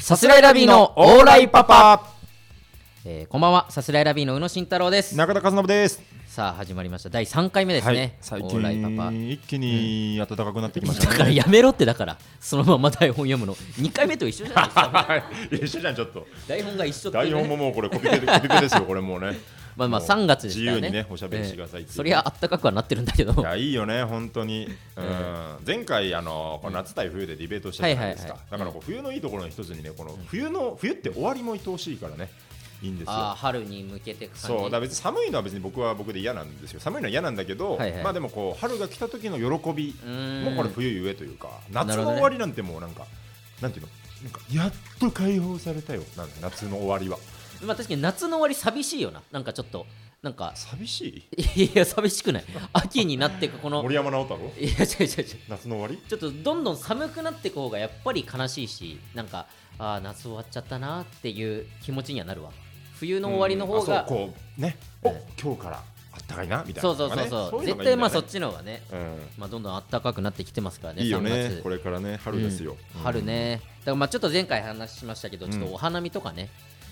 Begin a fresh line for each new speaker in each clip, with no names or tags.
さすらいラビーのオーライパパ、えー、こんばんはさすらいラビーの宇野慎太郎です
中田和信です。
さあ始まりました第3回目です
はい
ね、、
最
オーライパパ
近一気に暖かくなってきまし
だ
た
から
ね。
やめろってだからそのまま台本読むの2回目と一緒じゃないですか
いや一緒じゃんちょっと。
台本が一緒って
台
いう、
本も
ね、
もうこれコピペでコピペですよこれもうね。
まあまあ
もう
3月ですからね
自由にねおしゃべりしてくださいっていう
そりゃあったかくはなってるんだけど
いやいいよね本当に。うん前回あのこう夏対冬でディベートしたじゃないですか
はいは。
だからこう冬のいいところの一つにねこの冬の冬って終わりも愛おしいからねいいんです
あー
よ。
春に向けてく感じ
そうだから別に寒いのは別に僕は僕で嫌なんですよ寒いのは嫌なんだけど、
はいはい
まあでもこう春が来た時の喜び
ーん
もうこれ冬ゆえというか
なる
夏
ほどね
の終わりなんてもうなんかなんていうのなんかやっと解放されたよなんだよ夏の終わりは
まあ確かに夏の終わり寂しいよななんかちょっとなんか
寂しい
いや寂しくない秋になってくこの
森山直太郎
いや違う違う違う
夏の終わり
ちょっとどんどん寒くなっていく方がやっぱり悲しいしなんかああ夏終わっちゃったなっていう気持ちにはなるわ冬の終わりの方
うんあ
が
そうこうねお
ね
今日からあったかいなみたい
そ
な
うそうそうそう
とかねいの
絶
がいい
対
ん
ま
だ
あそっ
よね
ちの方がね、
うん
まあ、どんどん暖かくなってきてますからね
いいよ
3
ね
月
これからね春ですよ、
うん春ねだからまあちょっと前回話しましたけど
ん
ちょっとお花見とかね、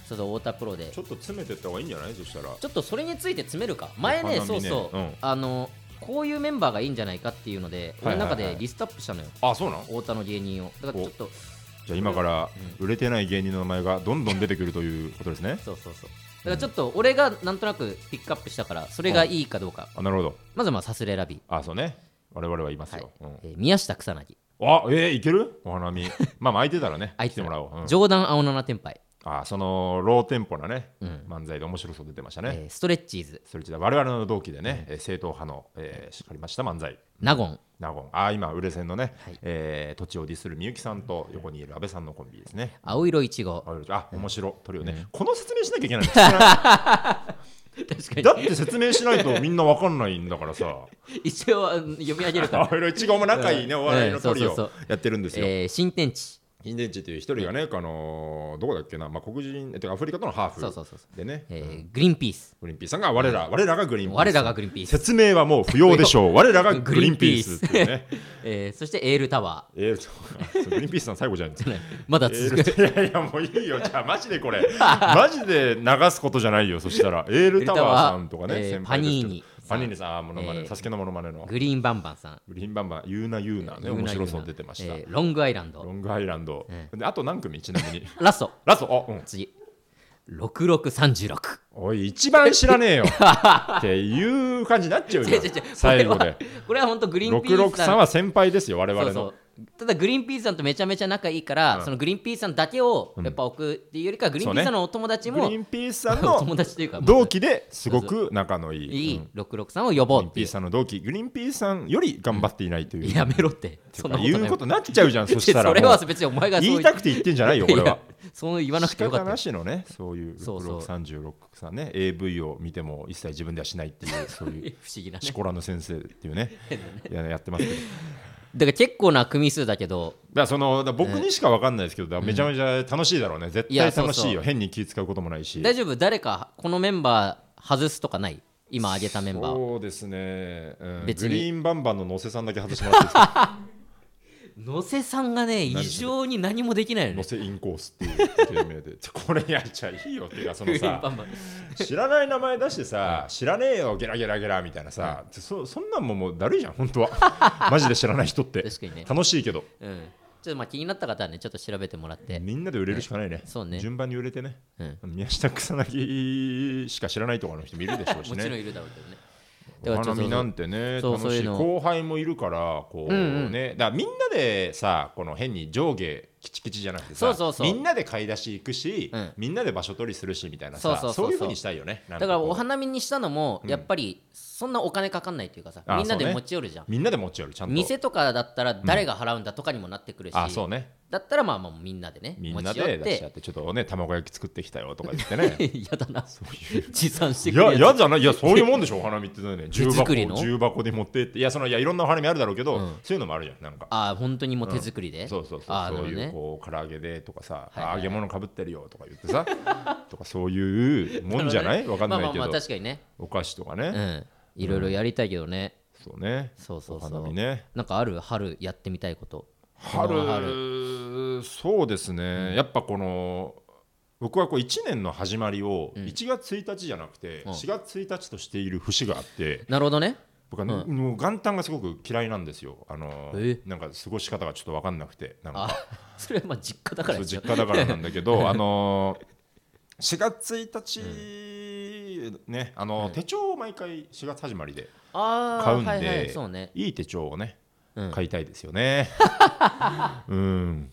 ちょっと太田プロで
ちょっと詰めてった方がいいんじゃないそしたら
ちょっとそれについて詰めるか前ね
お花
そう
見ね
そう、
うん
あのこういうメンバーがいいんじゃないかっていうので、
はいはいはい
俺の中でリストアップしたのよ
あそうなの
太田の芸人をだからちょっと
じゃあ今から売れてない芸人の名前がどんどん出てくるということですね。
そうそうそうだからちょっと俺がなんとなくピックアップしたからそれがいいかどうか、
あなるほど。
まずはまあさすれ選び、
あそうね。我々はいます
はい
よ。うん
えー宮下草薙
あえー、いけるお花見。 まあまあ空いて たらね、
あい
来てもらおう。うん
冗談青七天杯、
あそのローテンポなね、
うん
漫才で面白そう出てました
え
ね。
ーストレッチーズ
それじゃ我々の同期でね、えー正統派の、えーしっかりました漫才。
納言
納言あ今、売れ線のね、
はい
えー土地をディスるみゆきさんと横にいる安倍さんのコンビですね。
青色いちご
あ、あ面白い、トリオね、この説明しなきゃいけない のだ
確か
って説明しないとみんなわかんないんだからさ。
に一応あの読み上げる から、
青色いちごも仲 いいね、
うん
お笑いのトリ
うんそう
オ
そう
やってるんですよ。
えー新天地
金田一っていう一人がね、あのーどこだっけな、まあ、黒人、えっと、アフリカとのハーフ
そうそうそうそ
でね、
えーグリーンピース
グリーンピースさんが我ら、我らがグリーンピース。
我らがグリーンピース、
説明はもう不要でしょう。我らがグリーンピースっていうね。
えーそしてエールタワ
えーそうグリーンピースさん最後じゃないです か
ーまだ
え
続く
ーいやいやもういいよ、じゃあマジでこれ、マジで流すことじゃないよ、そしたら、エールタワーさんとか
エ
ね、
ール
先
タワーえー
輩ですけど
パニーニさん
パニーニさん、あーモノマ
えー
ネ、サスケのモノマネの、
グリーンバンバンさん
グリーンバンバン、ユーナユーナね、面白そう出てました
え。ーロングアイラン
ロ
ド
ングアイランド
え、
であと何組、ちなみに。
ラスト
ラスト、あうん。
次6636
おい、一番知らねえよっていう感じになっちゃ う
違う
よ
違う違う。
最後で
こ。れはこれは本当グリーンピースさ
66さん
ん
は先輩ですよ、我
そ
々
うそ
の
う。ただグリーンピースさんとめちゃめちゃ仲いいから、
うん
そのグリーンピースさんだけをやっぱ置くっていうよりか、グリーンピースさんのお友達
グリ
も、
ーンピースさん
お友
の
達というか
同期ですごく仲のいい。
い
うん
い66さんを呼
グ
ぼ
リ
う
ー
っ
ン
て
ピ
い
ー
う
スさんの同期、グリーンピースさんより頑張っていないという。
やめろってそんなこと
言う
ない
ことになっちゃうじゃん、そした
いや
ら
それ
も
は
う。
別にお前がそう
言いたくて言ってんじゃないよ、
いや
俺は。
そう言わなくてよか
仕
った
方
よ
なしのね、そういう
そうそう
66、36さんね、AV を見ても一切自分ではしないっていう、そういう
不思議なね
シコラの先生ってい うね、いややってますけど。
だから結構な組数だけど
だからそのだから僕にしか分かんないですけど、だからめちゃめちゃ楽しいだろうね、絶
いや
対
そうそう
楽しいよ変に気使うこともないし
大丈夫誰かこのメンバー外すとかない今挙げたメンバーを
そうですね、うん、グ
別に
リーンバンバンの野瀬さんだけ外してもらっていいで すか
野瀬さんがね異常に何もできないよ
野
ね
瀬インコースっていう芸名でちょこれやっちゃいいよっていうかそ の
バ
さ
ンバン
知らない名前出してさ、知らねえよゲラゲラゲラみたいなさ、そそんなんももうだるいじゃん本当 はマジで知らない人って
確かにね
楽しいけど
うん、ちょっとまあ気になった方はねちょっと調べてもらって、
みんなで売れるしかないね
そうね
順番に売れてね
うん、
宮下草薙しか知らないとかの人もいるでしょう し
も
ね
ちろんいるだろうけどね
お花見なん
て
てね
そう
楽
そう
し
いう
い
の
後輩もいるからこう、
うんうん
ねだからみんなでさこの変に上下キチキチじゃなくてさ
そうそうそう
みんなで買い出し行くし、
うん
みんなで場所取りするしみたいなさ
そ
そう
そ
う
うそうそう
いうふうにしたいよねなん
だから
こう
お花見にしたのもやっぱりそんなお金かかんないというかさ、
あ
みんなで
そうね
持ち寄るじゃん、
みんなで持ち寄るちゃんと
店とかだったら誰が払うんだとかにもなってくるし、
あそうね
だったらまあまあみんなでね
みんな
持ち寄
で
っ
出し合っててちょっとね卵焼き作ってきたよとか言っ てね
嫌だな持参して
い
くる
や
つ
いやじゃないいやそういうもんでしょお花見って ね重
手
箱
作りの
重箱で持ってっていやそのいやいろんなお花見あるだろうけど、
うん
そういうのもあるじゃんなんか
あー本当にもう手作りで、
そうそうそう
あーな
そ
る
う
ほど
い
ね
うこう唐揚げでとかさ、
はいはいはい
揚げ物かぶってるよとか言ってさとかそういうもんじゃないわかんな い
まあ
け
まあ
ど
まあ確かにね
お菓子とか
う
ね
んいろいろやりたいけどね、
そうね
そうそう
お
そう
花見ね
なんかある春やってみたいことこ
春
の
そうですね、やっぱこの僕はこう1年の始まりを
うん
1月1日じゃなくて
うん
4月1日としている節があって、
なるほどね
僕はね、
う
もう元旦がすごく嫌いなんですよあの
え
なんか過ごし方がちょっと分かんなくてなんか
あそれはまあ実家だから
そう
ですよ
実家だからなんだ けどあの4月1日、ねあの、
うん
手帳を毎回4月始まりで
あー
買うんで
はいはい、そうね、
いい手帳をね
うん、
買いたいです よねうん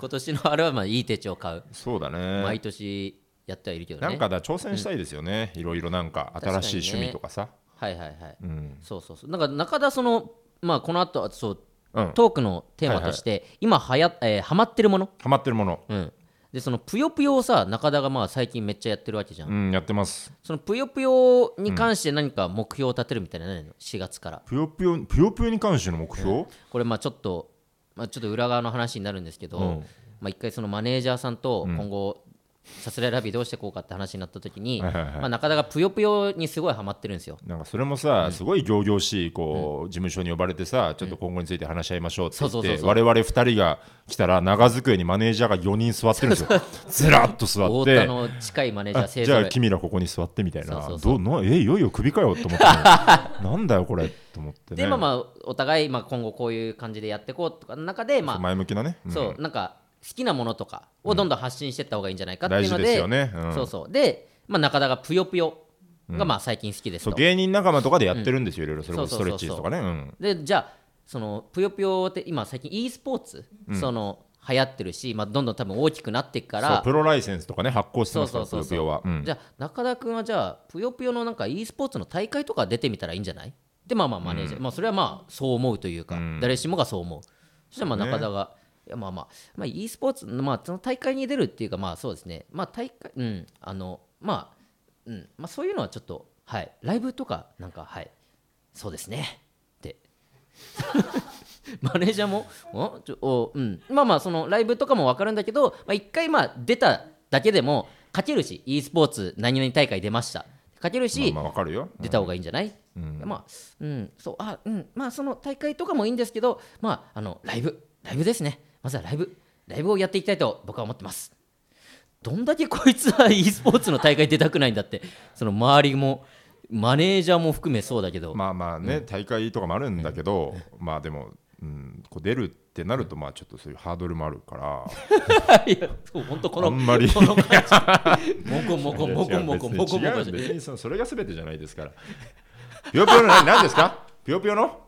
今年のあれはまあいい手帳買う、
そうだね
毎年やってはいるけどね
なんかだ挑戦したいですよね、いろいろなんか新しい趣味とかさ
はいはいはい
うん、
そうそうそうなんか中田そのまあこの後そう
うん、
トークのテーマとして、今はや、えーハマってるもの、
ハマってるもの、
うん、でそのぷよぷよをさ中田がまあ最近めっちゃやってるわけじゃん、
うん、やってます
そのぷよぷよに関して何か目標を立てるみたいなのないの4月から
ぷよぷよぷよぷよに関しての目標、
これまあちょっと、まあ、ちょっと裏側の話になるんですけど、
うん
まあ、一回そのマネージャーさんと今後、さすらいラビどうしてこうかって話になった時に、
はいはいはい
まあ、中田がぷよぷよにすごいハマってるんですよ
なんかそれもさ、すごい仰々しいこう、事務所に呼ばれてさちょっと今後について話し合いましょうって言って、
そうそうそうそう
我々2人が来たら長机にマネージャーが4人座ってるん ですよずらっと座っ
太
て
田の近いマネージャ
あ
ー
じ
製
ゃ
造
あ君らここに座ってみたいな
そうそうそう
どうなえいよいよ首かよと思って なんだよこれと思ってね
でまあまあお互いまあ今後こういう感じでやっていこうとかの中でまあ
前向きなね、うん
そうなんか好きなものとかをどんどん発信していった方がいいんじゃないかっていうの
大事
で,、
ですよねうん
そうそうで、まあ、中田がぷよぷよがまあ最近好きです
そう
と、
芸人仲間とかでやってるんですよ、いろいろそれこそ
そ
ス
うそう
トレ
そ
ッ
う
チ
そう
ーズとかねうん
でじゃあそのぷよぷよって今最近 e スポーツ、その流行ってるし、まあ、どんどん多分大きくなっていくか
そう
ら
プロライセンスとかね発行して
そ
ま
う
すか
そ
ら
う
ぷ
そうそ
よぷ
う
よは、うん
じゃあ中田君はじゃあぷよぷよのなんか e スポーツの大会とか出てみたらいいんじゃないでまあまあマネージャー、まあそれはまあそう思うというか、誰しもがそう思うそしたらまあ
そうね
中田が、いやまあまあ、まあ、e スポーツの、まあ、その大会に出るっていうかまあそうですねまあ大会うんあのまあうんまあそういうのはちょっとはいライブとかなんかはいそうですねって マネージャーもおちょお、うん、まあまあそのライブとかも分かるんだけど、まあ、一回まあ出ただけでも書けるし e スポーツ何々大会出ました書けるし、
まあまあわかるよ、
出た方がいいんじゃない、
うん
まあうんそうあうんまあその大会とかもいいんですけどまああのライブライブですねまずはライブライブをやっていきたいと僕は思ってますどんだけこいつは e スポーツの大会出たくないんだってその周りもマネージャーも含めそうだけど、
まあまあね、大会とかもあるんだけど、まあでも、うん、こう出るってなるとまあちょっとそういうハードルもあるから
いやそう本当こ
あ
の
んまり
この感じ。もこもこもこもこもこ
いや
も
違う
こ
別に違う。別にそのそれが全てじゃないですからぴよぴよの何何ですかぴよぴよの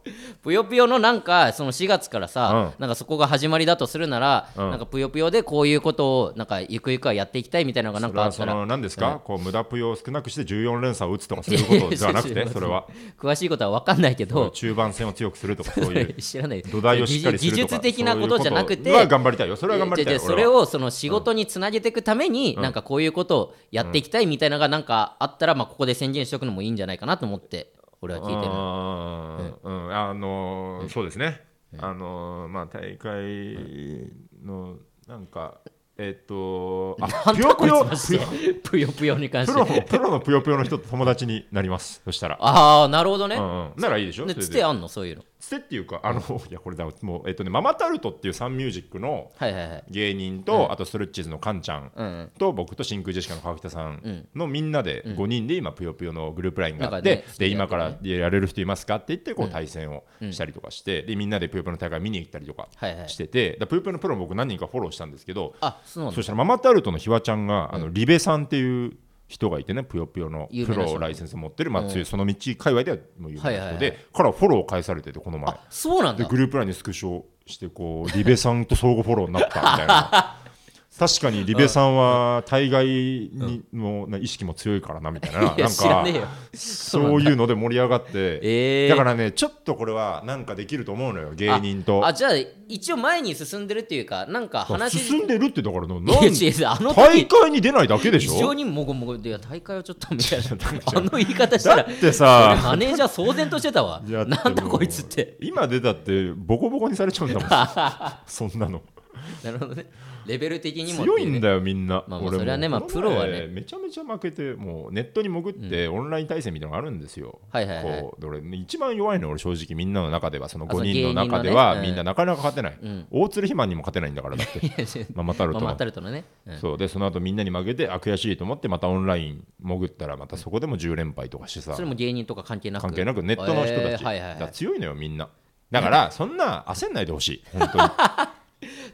ぷよぷよのなんかその4月からさ、
う
なんかそこが始まりだとするなら、
うん
なんかぷよぷよでこういうことをなんかゆくゆくはやっていきたいみたいなのがなん
それ
かあ
は
った
そ
ら
の何ですか、こう無駄ぷよを少なくして14連鎖を打つとかそういう ことではな
い
く
やい
て
や
それは
詳しいことは分かんないけど、
中盤戦を強くするとかそういう
知らない
土台をしっかりするとか
技術的なことじゃなく
そう
て
いうことは頑張りたいよそれは頑張りたい
違う
よ
違う
俺
そ
は
れをその仕事につなげていくために、なんかこういうことをやっていきたいみたいなのがなんかあったら、まあ、ここで宣言しておくのもいいんじゃないかなと思って俺は聞いてる
うんうんうんあのーそうですね、あのーまあ大会のなんかえっ、とあ
なん
ぷ
だ
よ
こ
ぷ
いつ
よ
マジでぷよぷよに関
プ
し
ロ
て
のプロのぷよぷよの人と友達になりますそしたら
ああなるほどね、
うんうん、ならいいでしょ
で
それ
つ
で
てあんのそういうの
つてっていうかあの いやこれだもうえっ、とねママタルトっていうサンミュージックの
はいはいはい
芸人と、あとストレッチーズのカンちゃん
うんうん
と僕と真空ジェシカの川北さんのみんなで5人で今ぷよぷよのグループラインがあって、
なんかね
で今からやれる人いますかって言ってこう対戦をしたりとかして、でみんなでぷよぷよの大会見に行ったりとか
はいはい
してて、だぷよぷよのプロも僕何人かフォローしたんですけど、
あそうなん
そ
だ
したらママタルトのひわちゃんが、あのリベさんっていう人がいてねぷよぷよの
有
プ
名な人
ロライセンス持ってる、まあ、そういうその道界隈ではもう有名な人
は
で、
いはいはい
からフォロー返されててこの前
あそうなん
で
だ
グループラインにスクショしてこうリベさんと相互フォローになったみたい な確かにリベさんは対外にのな意識も強いからなみたいななん
いや知ら
か
ねえよ
そういうので盛り上がって、
えー
だからねちょっとこれはなんかできると思うのよ芸人と
あじゃあ一応前に進んでるっていうかなんか話
進んでるってだからななん
いや違うあの
大
時
会に出ないだけでし
非
ょ
常にもごもごでいや大会はちょっとみたいなあの言い方した
だ
ら
ってさ
マネージャー騒然としてたわ
いや
なんだこいつって
今出たってボコボコにされちゃうんだもんそんなの
なるほどね。レベル的にも
強いん
だ。
だよみんな、
まあまあ
俺も
それはねまあ
この
プロはね
前めちゃめちゃ負けてもうネットに潜ってオンライン対戦みたいなのがあるんですよ、
はいはいはい
こうで俺一番弱いの俺正直みんなの中ではその
あそ
5
の
人の中で
芸人
は
のね
みんななかなか勝てない、
うん。
大鶴肥満にも勝てないんだからだ ってママタル
マ
ト
マ
は
タルトのね。うん
そうでその後みんなに負けてあ悔しいと思ってまたオンライン潜ったらまたそこでも10連敗とかしてさ
それも芸人とか関係なく。
関係なくネットの人たち、
えーはいはいはい
だから強いのよみんなだからそんな焦んないでほしい本 当に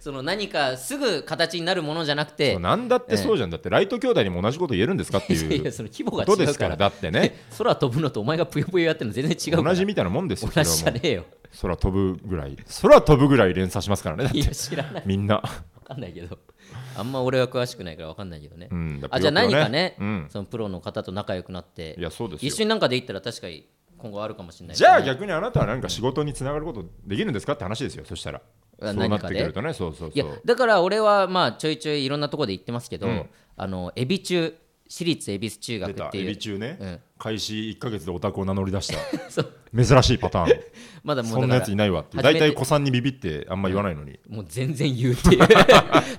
その何かすぐ形になるものじゃなく
そ
て
う。なんだってそうじゃんだってライト兄弟にも同じこと言えるんですかって
いや
い
いうやその規模が
ことで
違う
す
か
から
ら。
だってね
空飛ぶのとお前がぷよぷよやってるの全然 違うから。
同じみたいなもんですよ
同じじ
そ
ゃ
れ
ね
はもう
えよ。
空飛ぶぐらい空飛ぶぐらい連鎖しますからねだっ
い
て
や知らない。
みんな、
わかんないけど。 あんま俺は詳しくないからわかんないけどね
う。ん、だ
あ
ら
じゃあ何かね
よくようん、
そのプロの方と仲良くなっ
い
て、
やそうです
一緒
よ
になんかで行ったら確かに今後あるかもしれないです
じ
ね。
ゃあ逆にあなたはなんか仕事につながることできるんですかって話ですよそしたらそ
あ
うな
何
っ
か
て
で
くるとねそうそう
い
そ
や
う
だから俺はまあちょいちょいいろんなとこで言ってますけど、
うん
あのエビ中私立恵比寿中
出
学
た
って
エ
い
ビ
う
中ね、
うん
開始1か月でオタクを名乗り出した
そう
珍しいパターン
ま だもう
そんな
だ
や
か
つ
ら
いないわっていう
初め
大
て
体子さんにビビってあんま言わないのに、
もう全然言うって いう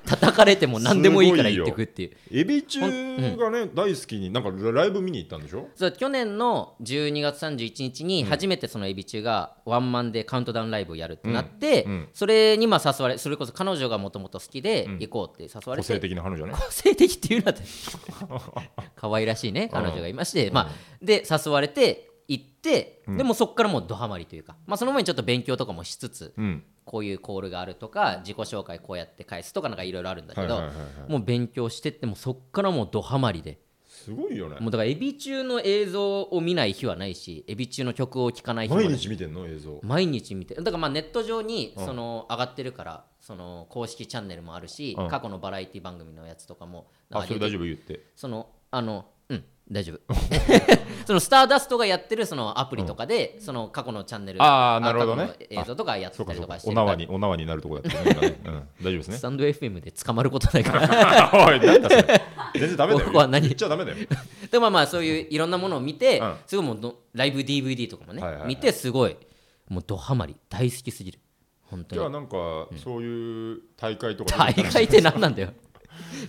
叩かれても何でもいいから言ってくっていう
エビ中がね、大好きになんかライブ見に行ったんでしょ
そう去年の12月31日に初めてそのエビ中がワンマンでカウントダウンライブをやるってなって、
うんうん
それにまあ誘われそれこそ彼女がもともと好きで行こうって誘わ
個
れて、
性的な彼女ね
個性的っていうなって 可愛らしいね彼女がいまして、まあ、で誘われて行って、でもそこからもうドハマりというか、まあ、その前にちょっと勉強とかもしつつ
うん
こういうコールがあるとか自己紹介こうやって返すとかなんかいろいろあるんだけど、
はいはいはいは
もう勉強してってもうそこからもうドハマりです
ごいよね
もうだからエビ中の映像を見ない日はないしエビ中の曲を聴かない日はな
毎
い
日見てんの映像
毎日見てだからまあネット上にその上がってるから、その公式チャンネルもあるし、
うん
過去のバラエティ番組のやつとかもなん
あ
か
そ
上
れ
げて
大丈夫言って
そのあのうん大丈 夫そのスターダストがやってるそのアプリとかで、その過去のチャンネル
あーなるほどね
過去の映像とかやって
そう
た
か
り
そう
と
か
かして
お
るから
縄にお縄になるとこだったね今 ね、うん、大丈夫ですね
スタンド FM で捕まることないから
おいなんだそれ全然ダメだ よ
ここは何
言っちゃダメだよ
でもまあまあそういういろんなものを見て、
うん
すごいもうどライブ DVD とかもね、
はいはいはい
見てすごいもうドハマり大好きすぎる本
じゃ
当
あ
に
なんか、そういう大会とか
大
出てみたら
会って何なん だよ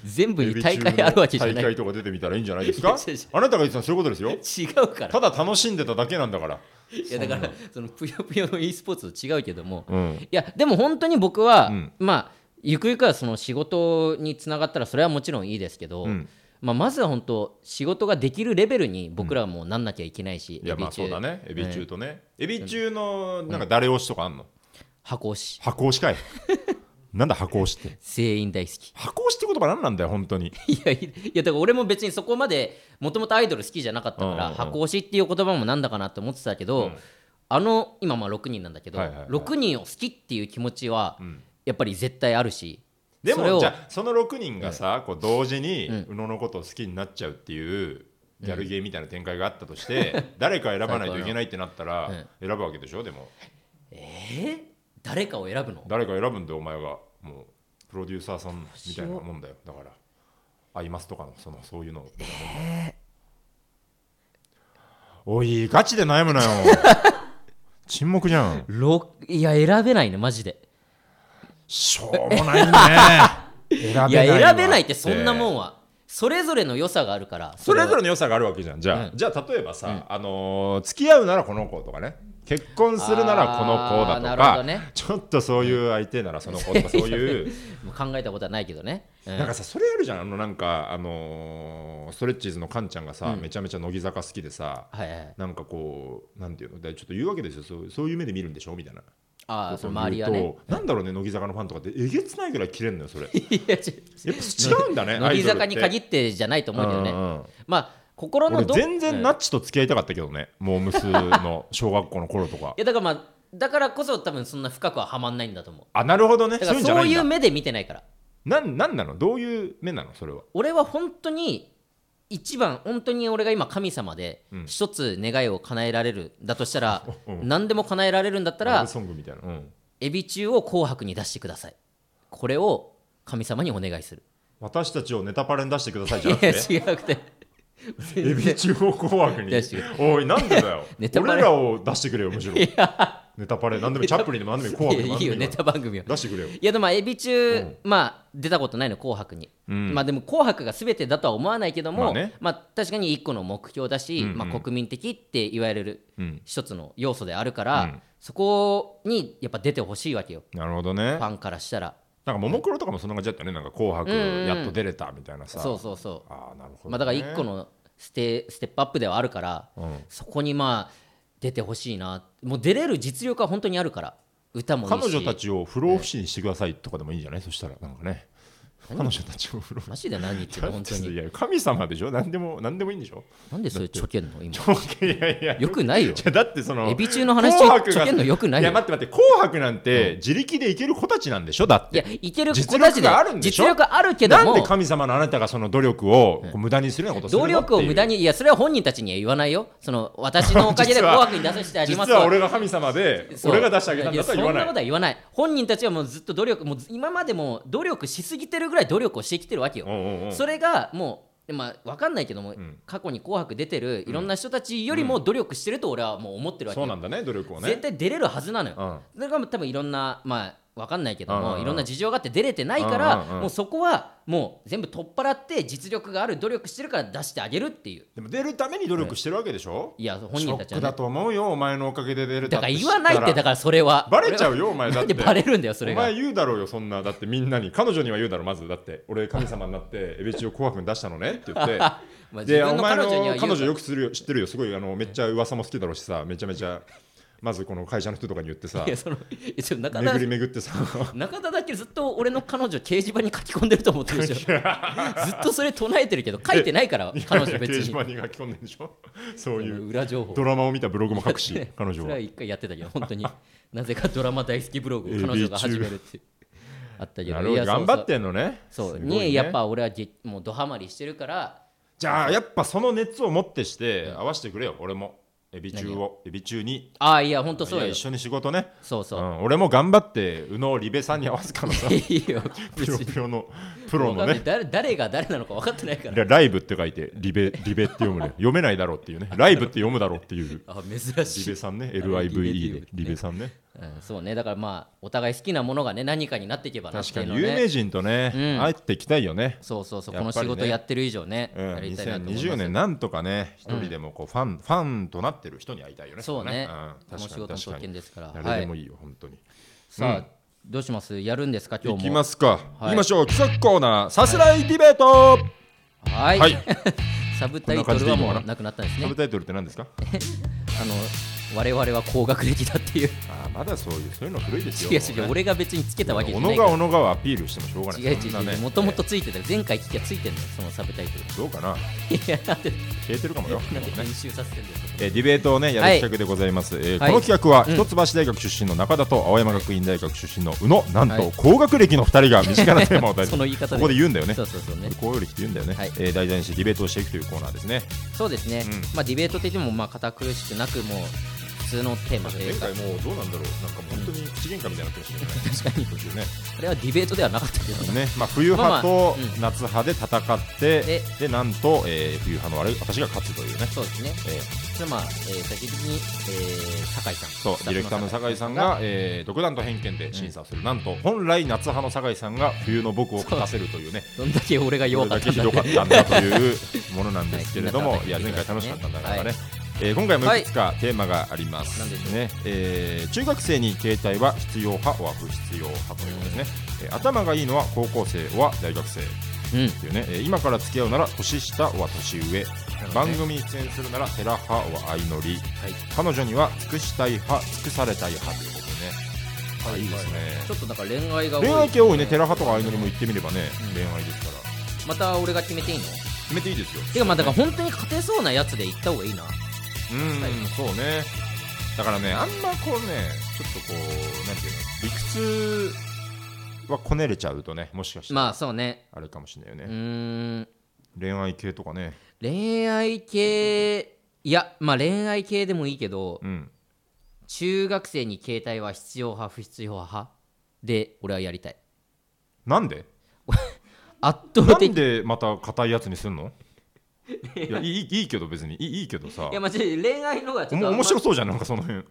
全部
エ
に
ビ
大
中の
会あるわけじゃな
大
い
会とか出てみたらいいんじゃないですか
い や違う違う
あなたが言ってたのはそういうこと ですよ
違うから
ただ楽しんでただけなんだから
いやだからそのぷよぷよの e スポーツと違うけども、
うん
いやでも本当に僕は、
うん
まあゆくゆくはその仕事につながったらそれはもちろんいいですけど、
うん
まあ、まずは本当仕事ができるレベルに僕らはもうなんなきゃいけないし、
いやまあ
エビ
そう
中
だねエビ中とね、エビ中のなんか誰推しとかあんの、
箱推し
箱推しかい なんだ箱推しって
全員大好き
箱推しって言葉何なんだよ本当に
いやいいやだから俺も別にそこまでもともとアイドル好きじゃなかったから、
うんうんうん
箱推しっていう言葉もなんだかなと思ってたけど、
うん
あの今まあ6人なんだけど、
はいはいはい
6人を好きっていう気持ちは
ん
やっぱり絶対あるし、
で
それを
もじゃあその6人がさ、こう同時に宇野のことを好きになっちゃうっていうギャルゲーみたいな展開があったとして、 誰か選ばないといけないってなったら、選ぶわけでしょでも
えー誰かを選ぶの
誰か選ぶんだよお前がもうプロデューサーさんみたいなもんだよだから「アイマス」とかのそのそういうのみたいなもんだよおいガチで悩むなよ 沈黙じゃん
ろいや選べないねマジで
しょう もないね選
いや
わ
選べないってそんなもんはそれぞれの良さがあるから
それ
は
ぞれの良さがあるわけじゃんじゃあ、
う
じゃあ例えばさ、あのー付き合うならこの子とかね結婚するならこの子だと
あーなるほ
か、
どね
ちょっとそういう相手ならその 子とかそういう
もう考えたことはないけどね、うん
なんかさそれあるじゃんあのなんかあのーストレッチーズのカンちゃんがさ、めちゃめちゃ乃木坂好きでさ
はいはい
なんかこうなんていうのでちょっと言うわけですよそうそういう目で見るんでしょみたいな
ああ
こと
そ
を
の周り
言
は
うと、
ね
なんだろうね乃木坂のファンとかってえげつないぐらい切れんのよ それやっ
いやち
ぱ違うんだね
ょ 乃木坂に限
っ
ってじゃないと
て
思うけどね、
うんうん
まあ心の
俺
ど
全
う
然
ん
ナッチと付き合いたかったけどね、モームス の小学校の頃とか
いやだからまあだからこそ多分そんな深くははまんないんだと思う
あなるほどね
だ
そ
から
ういうんじゃ
そ
な
う
いん
いう
だ
目で見てないから
なんなんなのどういう目なのそれは
俺は本当に一番本当に俺が今神様で一つ願いを叶えられるだとした ら、
うん
何でも叶えられるんだった
ラ
ら
ブソングみたいな、うん
エビ中を紅白に出してくださいこれを神様にお願いする
私たちをネタパレに出してくださいじ
い
ゃ
や
なくて
違くて
エビ中央紅白に
出してく
おいなんでだよ
ネタバレ
俺らを出してくれよむしろネタパレ何でもいいチャップリンでも何でもいい紅白でも
いいよ
何でもいい
ネ
か
タ番組を
ら出してくれよ
いやでもエビ中、
うん
まあ出たことないの紅白に、
うん
まあでも紅白が全てだとは思わないけども、
ま
ま
あ
あ
ね
確かに一個の目標だし、
うんうん
まあ、国民的って言われる
うん
一つの要素であるか
う
ら、
ん
そこにやっぱ出てほしいわけよ
なるほどね
ファンからしたら
なんかももクロとかもそんな感じだったよねなんか紅白
うんうん
やっと出れたみたいなさ
そうそうそ
ああなる
う、
ほどね
まあ、だから一個のステステップアップではあるから、
うん
そこにまあ出てほしいなもう出れる実力は本当にあるから歌もいいし
彼女たちを不老不死にしてくださいとかでもいいんじゃないそしたらなんかね彼女たちを不老不死
マジで何言ってるの本当
い
に
や神様でしょ何でも何でもいいんでしょ
なんでそれちょけんの今
いやいや
よくないよ
じゃあだってその
エビ中の話
紅白が
ちょけんのよくない
い
よ
や待って待って紅白なんて自力でいける子たちなんでしょだっ
いや
て
いける子
実
たちで
力があるんでしょ
実力あるけど
なんで
も
神様のあなたがその努力をこう無駄にするようなことするの
努力を無駄
に
にいやそれは本人たちには言わないよその私のおかげ で
実
紅
は
白に出させてあります
実は俺が神様で
そう
俺が出してあげたんだとは言わ
やそんなこと
ない
は言わない本人たちはもうずっと努力もう今までも努力しすぎてるぐらい努力をしてきてるわけよ、
うんうんうん
それがもう、まあ、分かんないけども、
ん
過去に「紅白」出てるいろんな人たちよりも努力してると俺はもう思ってるわけ
そう
よ、
なんだね努力を
絶
ね
対出れるはずなのよ、それが多分いろんなまあ分かんないけど
うんうん
も、
うん
いろんな事情があって出れてないから、
うんうんうん
もうそこはもう全部取っ払って実力がある努力してるから出してあげるっていう
でも出るために努力してるわけでしょ
いや本
シ
人
ョ
たち
ッ
は、
ク
ね、
だと思うよお前のおかげで出れた
だから言わないってだ
か
からそれは
バレちゃうよお前だ
な
っ
ん
て
でバレるんだよそれ
お
が
前言うだろうよそん なだってみんなに彼女には言うだろまずだって俺神様になってエビチを紅白に出したのねって 言って
まあ自
で
分
お
の
前
彼
の
女には言う
彼女よ
く
くするよ知ってるよすごいあのめっちゃ噂も好きだろうしさめちゃめちゃまずこの会社の人とかに言って さ
いやそのいやちょっと中田
巡り巡 ってさ
中田だけずっと俺の彼女掲示板に書き込んでると思ってるでしょずっとそれ唱えてるけど書いてないから彼女
掲
別
示
に
板に書き込んでんでし ょそういう
裏情報
ドラマを見たブログも書くし
ね
彼女
そ
は
れは一回やってたけど本当に なぜかドラマ大好きブログを彼
AB
女が始めるっていうあったけど
なるほ
い
ど
やそ
頑
う
張ってんのね
そうそう
すごいね
にやっぱ俺はげもうドハマりしてるから
じゃあやっぱその熱を持ってして合わせてくれよ俺もエビ中をエビ中に
ああいや本当そう
いや
よ
一緒に仕事ね
そう
う、
そうん
俺も頑張って宇野リベさんに合わせたのさ
い いよ
プロプロのプロの
わかんない
ね
誰誰が誰なのか分かってないから
ラライブって書いてリベリベって読むね読めないだろうってい うねライブって読むだろうっていう
あ珍
リ
しい
ベさんね
あれ
LIVE でリ
リ
ベ
ベ
さんね
うん、そうねだからまあお互い好きなものがね何かになっていけばなっ
確
て
か
いうの
に
は
有名
ね
人とね、
うん
会っていきたいよね
そうそうそう
や
こ
っ
の
ぱりね
仕事やってる以上ね
うん、
やりたいなと思います
2020年なんとかね一人でもこうファン、ファンとなってる人に会いたいよね
そうねこの仕
そこねうん、
事の
確か
特
に
権ですから
確かに誰でもいいよ、本当に
さあ、
うん
どうしますやるんですか今
い
日
き
も
ますか、
はい
い、きましょう企画コーナーさすらいディベート、
はい、
はい
サブタイトルはもうなくなったんです
サブ
ね
タイトルって何ですか
あの我々は高学歴だっていう
あーまだそういうそういうの古いですよ。
違う違う俺が別につけたわけじ
小
ゃな
野
い
が
から
小野がをアピールしてもしょうがない。
違う
そんな
違う
ね
もともとついてたよ前回聞きゃついてんのよそのサブタイトル
どうかな。
いや なんでな
消えてるかもよ。
んで編集させてんだよ
えーディベートをねやる企画でございます、えー
はい
この企画は、
うん
一橋大学出身の中田と青山学院大学出身の宇野なんと、
はい
高学歴の二 人が身近なテーマを題
その言い方で
ここで言うんだよね
そうそうそうね
高学歴って言うんだよね、
はい
えー題材にしてディベートをしていくというコーナーですね
そうですね、
うん
まあディベートって言ってもまあ堅苦しくなくもう普通のテーマというか
前回もうどうなんだろうなんかもう本当に口喧嘩みたいになってましたけどね
確かに
途中ね
あれはディベートではなかったけどね
ねまあ、冬派と
まあまあうん
夏派で戦って、
で
でなんと、えー冬派の我々私が勝つというね
そうですね
えー
じゃあまあ、えー、最終的に、えー、酒井さん
そうディレクターの酒井さんが、えー独断と偏見で審査をする、なんと本来夏派の酒井さんが冬の僕を勝たせるというね
どんだけ俺が
ど
弱
れ
かったん
だけひ
だ
どか
ね
ったんだというものなんですけれども、、
はいい
や前回楽しかったんだからね、
はい
えー今回もいくつかテーマがあります、
何でしょう
ねえー中学生に携帯は必要派は不必要派ということですね、えー頭がいいのは高校生は大学生
うん
っていうね、えー今から付き合うなら年下は年上、
どね
番組に出演するなら寺派は相乗り
はい
彼女には尽くしたい派尽くされたい派ということでね、あいいですね
ちょっとなんか恋愛が多い、
恋愛系多いね寺派とか相乗りも言ってみればね、恋愛ですから
また俺が決めていいの
決めていいですよ
てかまあだから本当に勝てそうなやつで行った方がいいな
うん、そうねだからねあんまこうねちょっとこうなんていうの理屈はこねれちゃうとねもしかしたら
まあそうね
あれかもしれないよ
う
ね、
ーん
恋愛系とかね
恋愛系いやまあ恋愛系でもいいけど
うん
中学生に携帯は必要派不必要派で俺はやりたい
なん で
圧
な
倒的
んでまた硬いやつにすんのいやいいいいけど別にいいいいけどさ
いやまあちょっと恋愛のがちょっ
お
と
も
あんま
面白そうじゃんなんかその辺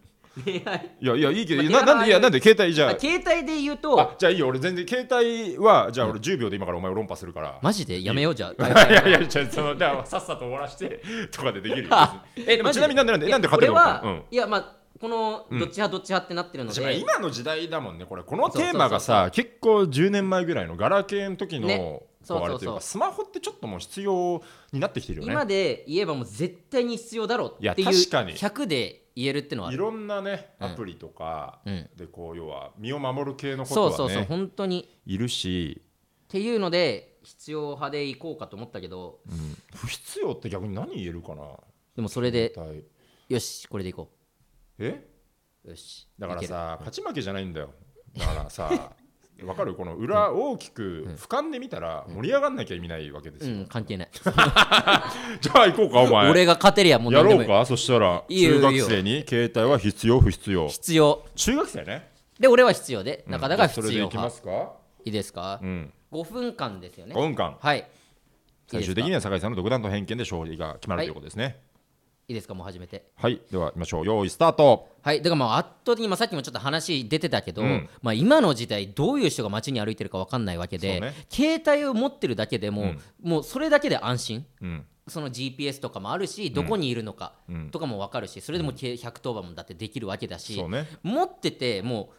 恋愛
いやいやいいけど、
まあ
いやななんでい
手柄
やなんで携帯じゃ
あ
あ
携帯で言う
あ
と
じゃあいいよ俺全然携帯はじゃあ俺10秒で今からお前を論破するから、
マジでやめようじゃあ
いやいやじゃあそのじゃあさっさと終わらして とかでできるよ別にえでも
マジ
ちなみになんでなんでなんで勝て
俺
るの
は、
うん
いやまあこのどっち派どっち派ってなってるの
しかも
で、
今の時代だもんねこれこの
そうそう
テーマがさ結構10年前ぐらいのガラケーの時の、
ね
こ
そうそうそう
あれというかスマホってちょっともう必要になってきてるよね
今で言えばもう絶対に必要だろうって
い
いう
や確かに
100で言えるってのはあ
い
る、
ろんなね
うん
アプリとか
うん、
でこう要は身を守る系のこ
そうそ
とは
うそう
ね
本当に
いるし、
っていうので必要派でいこうかと思ったけど
うん不必要って逆に何言えるかな
でもそれで
絶対
よしこれでいこ
え
うよし
だから
いける
さ勝ち負けじゃないんだよだか らさわかるこの裏大きく俯瞰で見たら盛り上がんなきゃ意味ないわけですよ、
うん関係ない
じゃあ行こうかお前
俺が勝てりゃもう
や
何でも
ろ
いうい
かそしたら
いいよ
中
いい
学
よ
生に携帯は必要不必要
必要
中学生ね
で俺は必要で中田が
うんじゃあそ
必
れで
要
いきま
派
すか
いいですか
うん
5分間ですよね
5分間
はい
最終的に
いいですか
は酒井さんの独断と偏見で勝利が決まる
はい
ということですね
いいですかもう始めて
はい、では行きましょう用意スタート
はいだからまあ圧倒的にまあさっきもちょっと話出てたけど、
うん
まあ、今の時代どういう人が街に歩いてるか分かんないわけで、
そうね
携帯を持ってるだけでも、もうそれだけで安心
うん
その GPS とかもあるしどこにいるのか
うん
とかも分かるしそれでもけ110番もだってできるわけだし
そうね
持ってても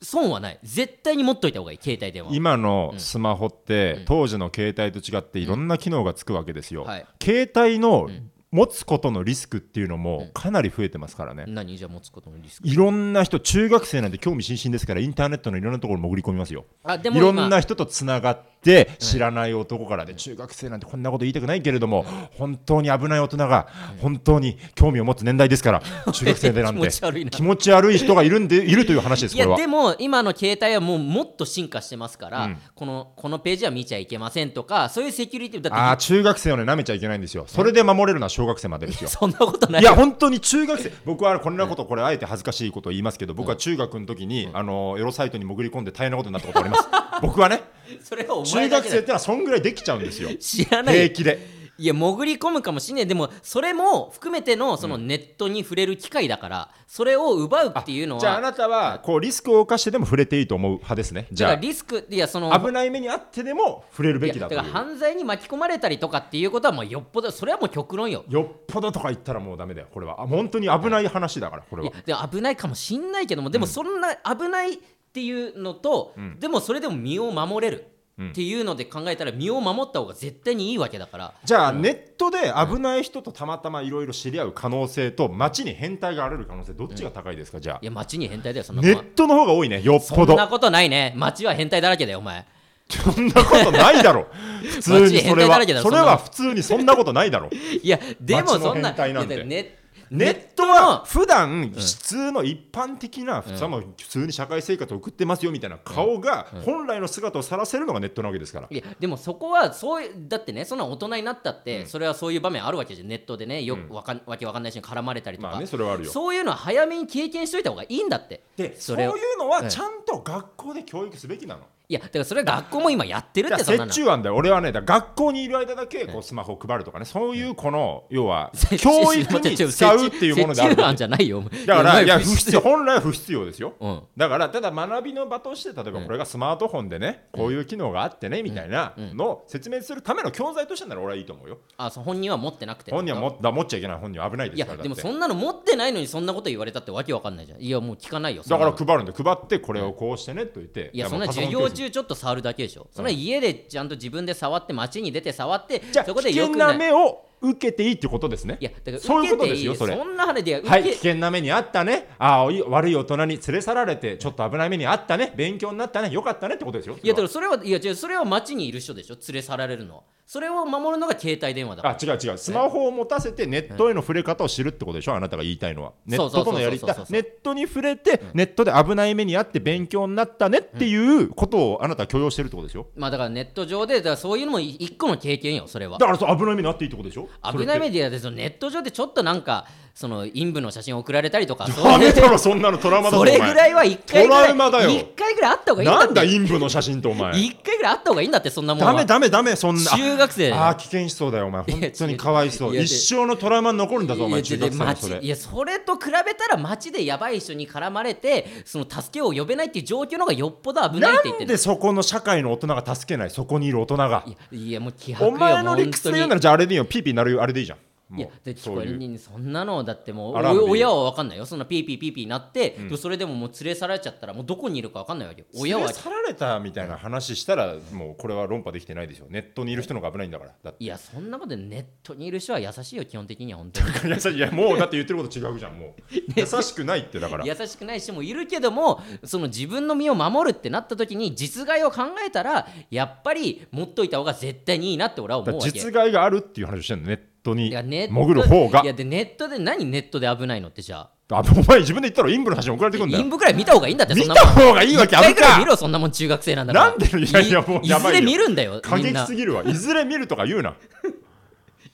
う損はない絶対に持っといた方がいい携帯電話
今のスマホって、当時の携帯と違っていろんな機能がつくわけですよ、
はい
携帯の持つことのリスクっていうのもかなり増えてますからね、
何じゃあ持つことのリスク
いろんな人中学生なんて興味津々ですからインターネットのいろんなところに潜り込みますよ
あで
いろんな人とつながって知らない男からで中学生なんてこんなこと言いたくないけれども本当に危ない大人が本当に興味を持つ年代ですから中学生でなん て
気持ち悪いな
気持ち悪い人がいるんでいるという話で
い
すこれ
や
は
でも今の携帯はもうもっと進化してますから、
うん
このこのページは見ちゃいけませんとかそういうセキュリティ
あ
だ
あ
って
中学生をね舐めちゃいけないんですよそれで守れるのは小学生ま でですよ
そんなことない
いや本当に中学生僕はこんなことこれあえて恥ずかしいことを言いますけど僕は中学の時にあのエロサイトに潜り込んで大変なことになったことあります 僕はね
それはお前
中
だ
学
け
生
だ
ってのはそんぐらいできちゃうんですよ
知らない
平気で
いや潜り込むかもしれないでもそれも含めてのそのネットに触れる機会だから、それを奪うっていうのは
じゃああなたはこうリスクを冒してでも触れていいと思う派ですねじ
だから
ゃ
リスクいやその
あ危ない目にあってでも触れるべきだ
い
とい
やだから
う
犯罪に巻き込まれたりとかっていうことはもうよっぽどそれはもう極論よ
よっぽどとか言ったらもうダメだよこれはあ本当に危ない話だからこれ
い
は
やでも危ないかもしんないけどもでもそんな危ないっていうのと、でもそれでも身を守れるっていうので考えたら身を守った方が絶対にいいわけだから
じゃあネットで危ない人とたまたまいろいろ知り合う可能性と街に変態が現れる可能性どっちが高いですかじゃあ
いや街に変態だよそんなも
ネ
んは
ットの方が多いねよっ
そ
ぽ
ん
ど
なことないね街は変態だらけだよお前
そんなことないだろ普通にそれ
街変態だ
は
らけだろ
それは普通にそんなことないだろ
いやでも
街の
そんな
変態なんて
いやだから ネ
ネ
ネ
ットは普段普通の一般的な普通の普通に社会生活を送ってますよみたいな顔が本来の姿を晒せるのがネットなわけですから
いやでもそこはそういうだってねそんな大人になったって、それはそういう場面あるわけじゃんネットでねよくわかん、わけわかんない人に絡まれたりとか、
まあねそれはあるよ
そういうのは早めに経験しといた方がいいんだって
でそ
そう
い
れを
うのはちゃんと学校で教育すべきなの
いやだからそれは学校も今やってる
だ
っ
か
て
ら
そんな
折
の
衷案だよ俺はねだから学校にいる間だけこうスマホを配るとかねそういうこの要は
折衷
教育に使うっていうものである
折衷案じゃないよお前
だから、いや、
お前
不必要、本来は不必要ですよ。
うん
だから、ただ学びの場として、例えばこれがスマートフォンでね、こういう機能があってね、みたいなのを説明するための教材としてなら俺はいいと思うよ。
あそう本人は持ってなくて
本人はもだ持っちゃいけない、本人は危ないで
い
す
や
から。だ
でも
って
そんなの持ってないのにそんなこと言われたってわけわかんないじゃんいやもう聞かないよ
だから
そんなの
配るんで、配ってこれをこうしてねと言って。
いやそん
も
な
うパソコ
授
ン
業
教室
中ちょっと触るだけでしょ、そんな家でちゃんと自分で触って街に出て触って
じゃあ、
そこで
危
よ
険
く
な
ない
目を受けていいってことですね。
いやだから
そういうこ
受け
と
て
で
い
す
い
よ、それ。
んな話でいや受け、
はい、 危険な目にあったね、ああ、い悪い大人に連れ去られて、ちょっと危ない目にあったね、勉強になったね、よかったねってことですよ。
いやだからそれはいや違うそれは街にいる人でしょ連れ去られるのはそれを守るのが携帯電話だから
あ違う違うスマホを持たせてネットへの触れ方を知るってことでしょあなたが言いたいのはネットとのやり
そうそう
た
そうそうそう
ネットに触れてネットで危ない目にあって勉強になったねっていうことをあなたは許容してるってことでしょ
まあだからネット上でだからそういうのも一個の経験よそれは
だからそう危ない目にあっていいってことでしょそう
危ないメディアでそのネット上でちょっとなんかその陰部の写真送られたり とかそう
ダメだろそんなのトラウマだぞ
それぐらいは一回ぐ
ト
ら
ラウマだよ
い一回ぐらいあった方が
お
い
前
いんだ
な
っ
んだ
て
陰部の写真とお前
一回ぐらいあった方がいいんだってそんなもん
ダ
は
メダメダメそんな
中学生
ああー危険しそうだよお前本当にかわいそ
いうや違う
一生のトラウマに残るんだぞお
い
前
や
中
で
学生の
街
それ
いやそれと比べたら街でやばい人に絡まれてその助けを呼べないっていう状況の方がよっぽど危ないって言って
なん
る
でそこの社会の大人が助けないそこにいる大人が
いやいやもう気迫
お
よ
前の理屈で言う
ら
ならじゃああれでいいよピーピーなるよあれでいいじゃん
いや
も
で
う
聞
そう
こえ
い
る
う
にそんなのだってもう
アラームでいい
お親は分かんないよそんなピーピーピーピーなって、でもそれでももう連れ去られちゃったらもうどこにいるか分かんないわけよ親
親
は
は去られたみたいな話したらもうこれは論破できてないでしょネットにいる人の方が危ないんだからだって
いやそんなことでネットにいる人は優しいよ基本的には本当に
優しいいやもうだって言ってること違うじゃんもう 優しくないってだから
優しくない人もいるけどもその自分の身を守るってなった時に実害を考えたらやっぱり持っといた方が絶対にいいなって俺は
だ
思う
から
わけ
実害があるっていう話をしてるのネットに
いやネット
潜る方が
いやでネットで何ネットで危ないのってじゃあ
あお前自分で言ったら陰部の写真送られてくんだ
陰
よ
部くらい見た方がいいんだってそ
見
んな
た
もん
方がいいわけある
一回ぐらい見
か
ろそんなもん中学生なんだから
なんでいやいやもうやば
ず
いよ
れ見るんだよ
過
みん
激
な
すぎるわいずれ見るとか言うない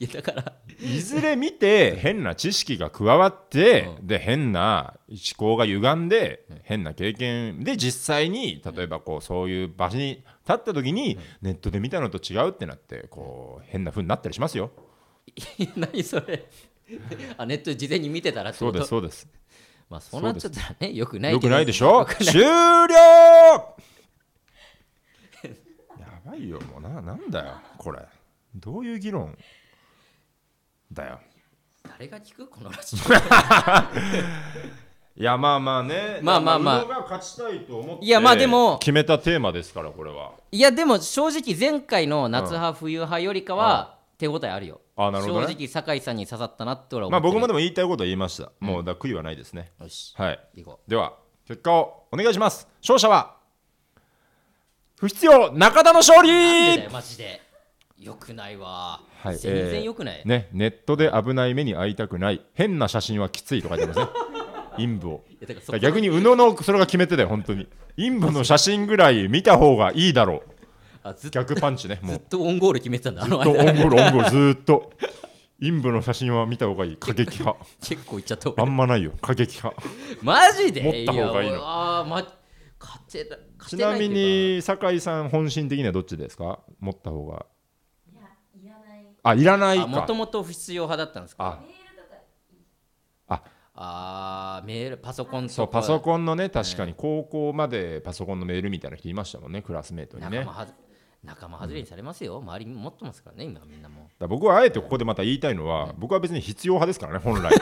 やだから
いずれ見て変な知識が加わって、で変な思考が歪んで、変な経験で実際に例えばこうそういう場所に立った時に、ネットで見たのと違うってなってこう変な風になったりしますよ。
いや何それあネットで事前に見てたらって
そ
こ
う
と
ですそうです。
まあそうなっちゃったらねよくない
よ
け
く
ど
ないでしょ
よくない
終了や ばいよもうななんだよこれどういう議論だよ
誰が聞くこのラジオ
いやまあまあね
まあまあまあ
宇野が勝ちたいと思って
いやまあでも
決めたテーマですからこれはい
やでも正直前回の夏派冬派よりかは手応えあるよ
あなるほどね
正直酒井さんに刺さったなって俺は
ま
思
あ
ってる
僕もでも言いたいことは言いました、もうだ悔いはないですね
よし
はい
行こ
では結果をお願いします勝者は不必要中田の勝
う
利
いやマジでよくないわ、
はい
全然よくない、
ね、ネットで危ない目に遭いたくない変な写真はきついとか言ってますね 陰部を
いやだからそこ
だから逆に宇野のそれが決め手だよ本当に陰部の写真ぐらい見た方がいいだろう
あずっ
逆パンチねも
ずっ
う
とオンゴール決めてたんだあの
ずっとオ
間
ン ゴールオンゴールずーっと陰部の写真は見た方がいい過激 派
結構いっちゃった俺
あんまないよ過激派
マジで
持った方がいいの
やあー、ま、勝てな勝
ち
て
な
ない
み
というか
に酒井さん本心的にはどっちですか持った方が
いや、いらない。
あいらない
あも
か
ともと不必要派だったんですか
あ
メールとか、
あーメールパソコンとか
そうパソコンのね確かに高校までパソコンのメールみたいな人いましたもんねクラスメートにね
仲間はず仲間外れにされますよ、周り持ってますからね今みんなも
だから僕はあえてここでまた言いたいのは、僕は別に必要派ですからね、 本来。
う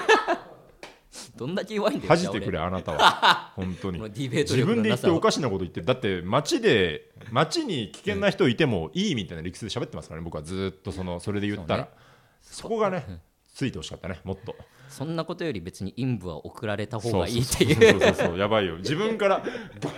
どんだけ弱いんだよ
恥じてくれ、あなた は。本当に
この。ディベート
自
力
分
の
で言
な
って
さを
おかしなこと言ってる。だって、街で、街に危険な人いてもいいみたいな理屈で喋ってますからね、僕はずっとそのそれで言ったら。そこがね、ついてほしかったね、もっと。
そんなことより別に陰部は送られた方
そう
がいいっていう
そうそうそうそう、やばいよ。自分から、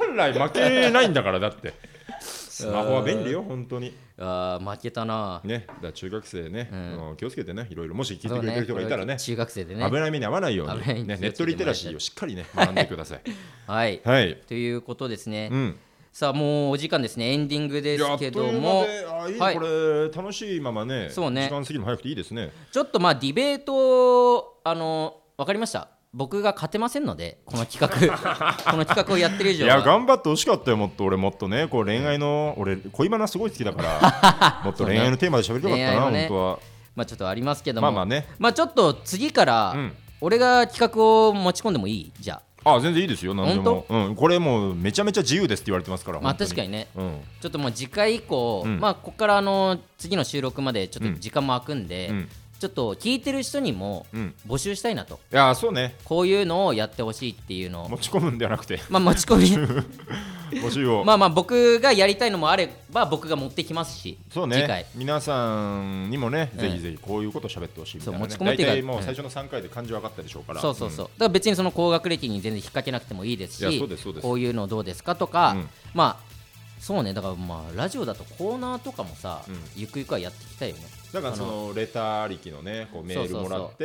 本来負けないんだから、だって。スマホは便利よ、本当に。
あー負けたな、
ね、だから中学生ね、
ん
あの気をつけてね、いろいろ、もし聞
そ
いて
う
くれてる人がいたら
これ
ね
は、中学生でね
危ない目に遭わないように、
危ない
ね、
気をつけてもらいた
ネ
い
ットリテラシーをしっかりね学んでください。
はい
はい、
ということですね、
うん、
さあもうお時間ですねエンディングです
やっと
け
いう間
ど
で
も
あいい、
はい
これ楽しいままね
そうね
時間過ぎるの早くていいですね。
ちょっとまあディベートあのわかりました僕が勝てませんのでこの 企画この企画をやってる以
い
上は
や頑張ってほしかったよもっと俺もっとねこう恋愛の俺恋バナすごい好きだか らもっと恋愛のテーマで喋りたかった
恋愛
な、
のね
本当は
まあちょっとありますけども
まあまあね
まあちょっと次から、
うん
俺が企画を持ち込んでもいいじゃ
あ全然いいですよ何でもうんこれもうめちゃめちゃ自由ですって言われてますから
あまあ
本当
確かにね
うん
ちょっともう次回以降、
うん
まあここからあの次の収録までちょっ
う
と
ん
時間も空くんで、
うん
ちょっと聞いてる人にも
うん
募集したいなと
いやそうね
こういうのをやってほしいっていうのを
持ち込むんでは なくて
まあ持ち 込み
募集を
まあまあ僕がやりたいのもあれば僕が持ってきますし
そう
次回
ね、皆さんにもね、
ん
ぜひぜひこういうことを喋ってほしいみたいな、ね、
そう持ち込みっていうか
大体もう
うん
最初の3回で感じ分かったでしょうから、
そうそうそう、
ん
だから別にその高学歴に全然引っ掛けなくてもいいです
いや
し
そうですそうです
こういうのどうですかとか、
うん
まあそうねだからまあラジオだとコーナーとかもさ、
うん
ゆくゆくはやっていきたいよね
だからそのレター力のねこうメール
そうそう
も
そう
らって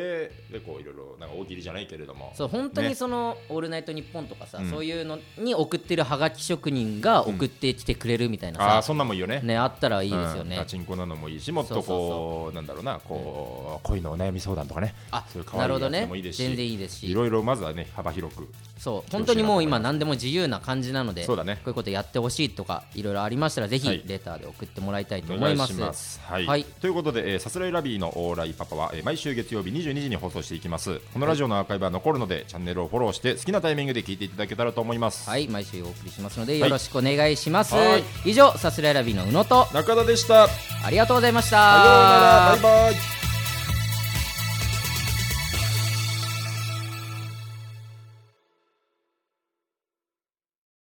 でこういろいろなんか大喜利じゃないけれども
そう本当に
ね
その、オールナイトニッポン」とかさ、
うん
そういうのに送ってるはがき職人が送ってきてくれるみたいな
あ
さ
あ、そんなんもいいよね
ね、あったらいいですよ
うん
ね
ガ。チンコなのもいいしもっとこうなんだろうなこう恋のお悩み相談とかね
あ
そういう可愛
ないるほど
やつで
ね
もいいですし
全然いいですし
いろいろまずはね幅広く
そう本当にもう今何でも自由な感じなので
そうだね
こういうことやってほしいとかいろいろありましたらぜ
は
ひ
い
レターで送ってもらいたいと
お
思
願
い
い
ま
し
す。
ます。はい、
はい
ということで、えー、さすらいラビーのオーライパパは、えー毎週月曜日22時に放送していきます。このラジオのアーカイブは残るので、チャンネルをフォローして好きなタイミングで聞いていただけたらと思います。
はい、毎週お送りしますのでよろしくお願いします。
はい
以上、さすらいラビーの宇野と
中田でした。さよう
ありがとうございました。
なら。バイバイ。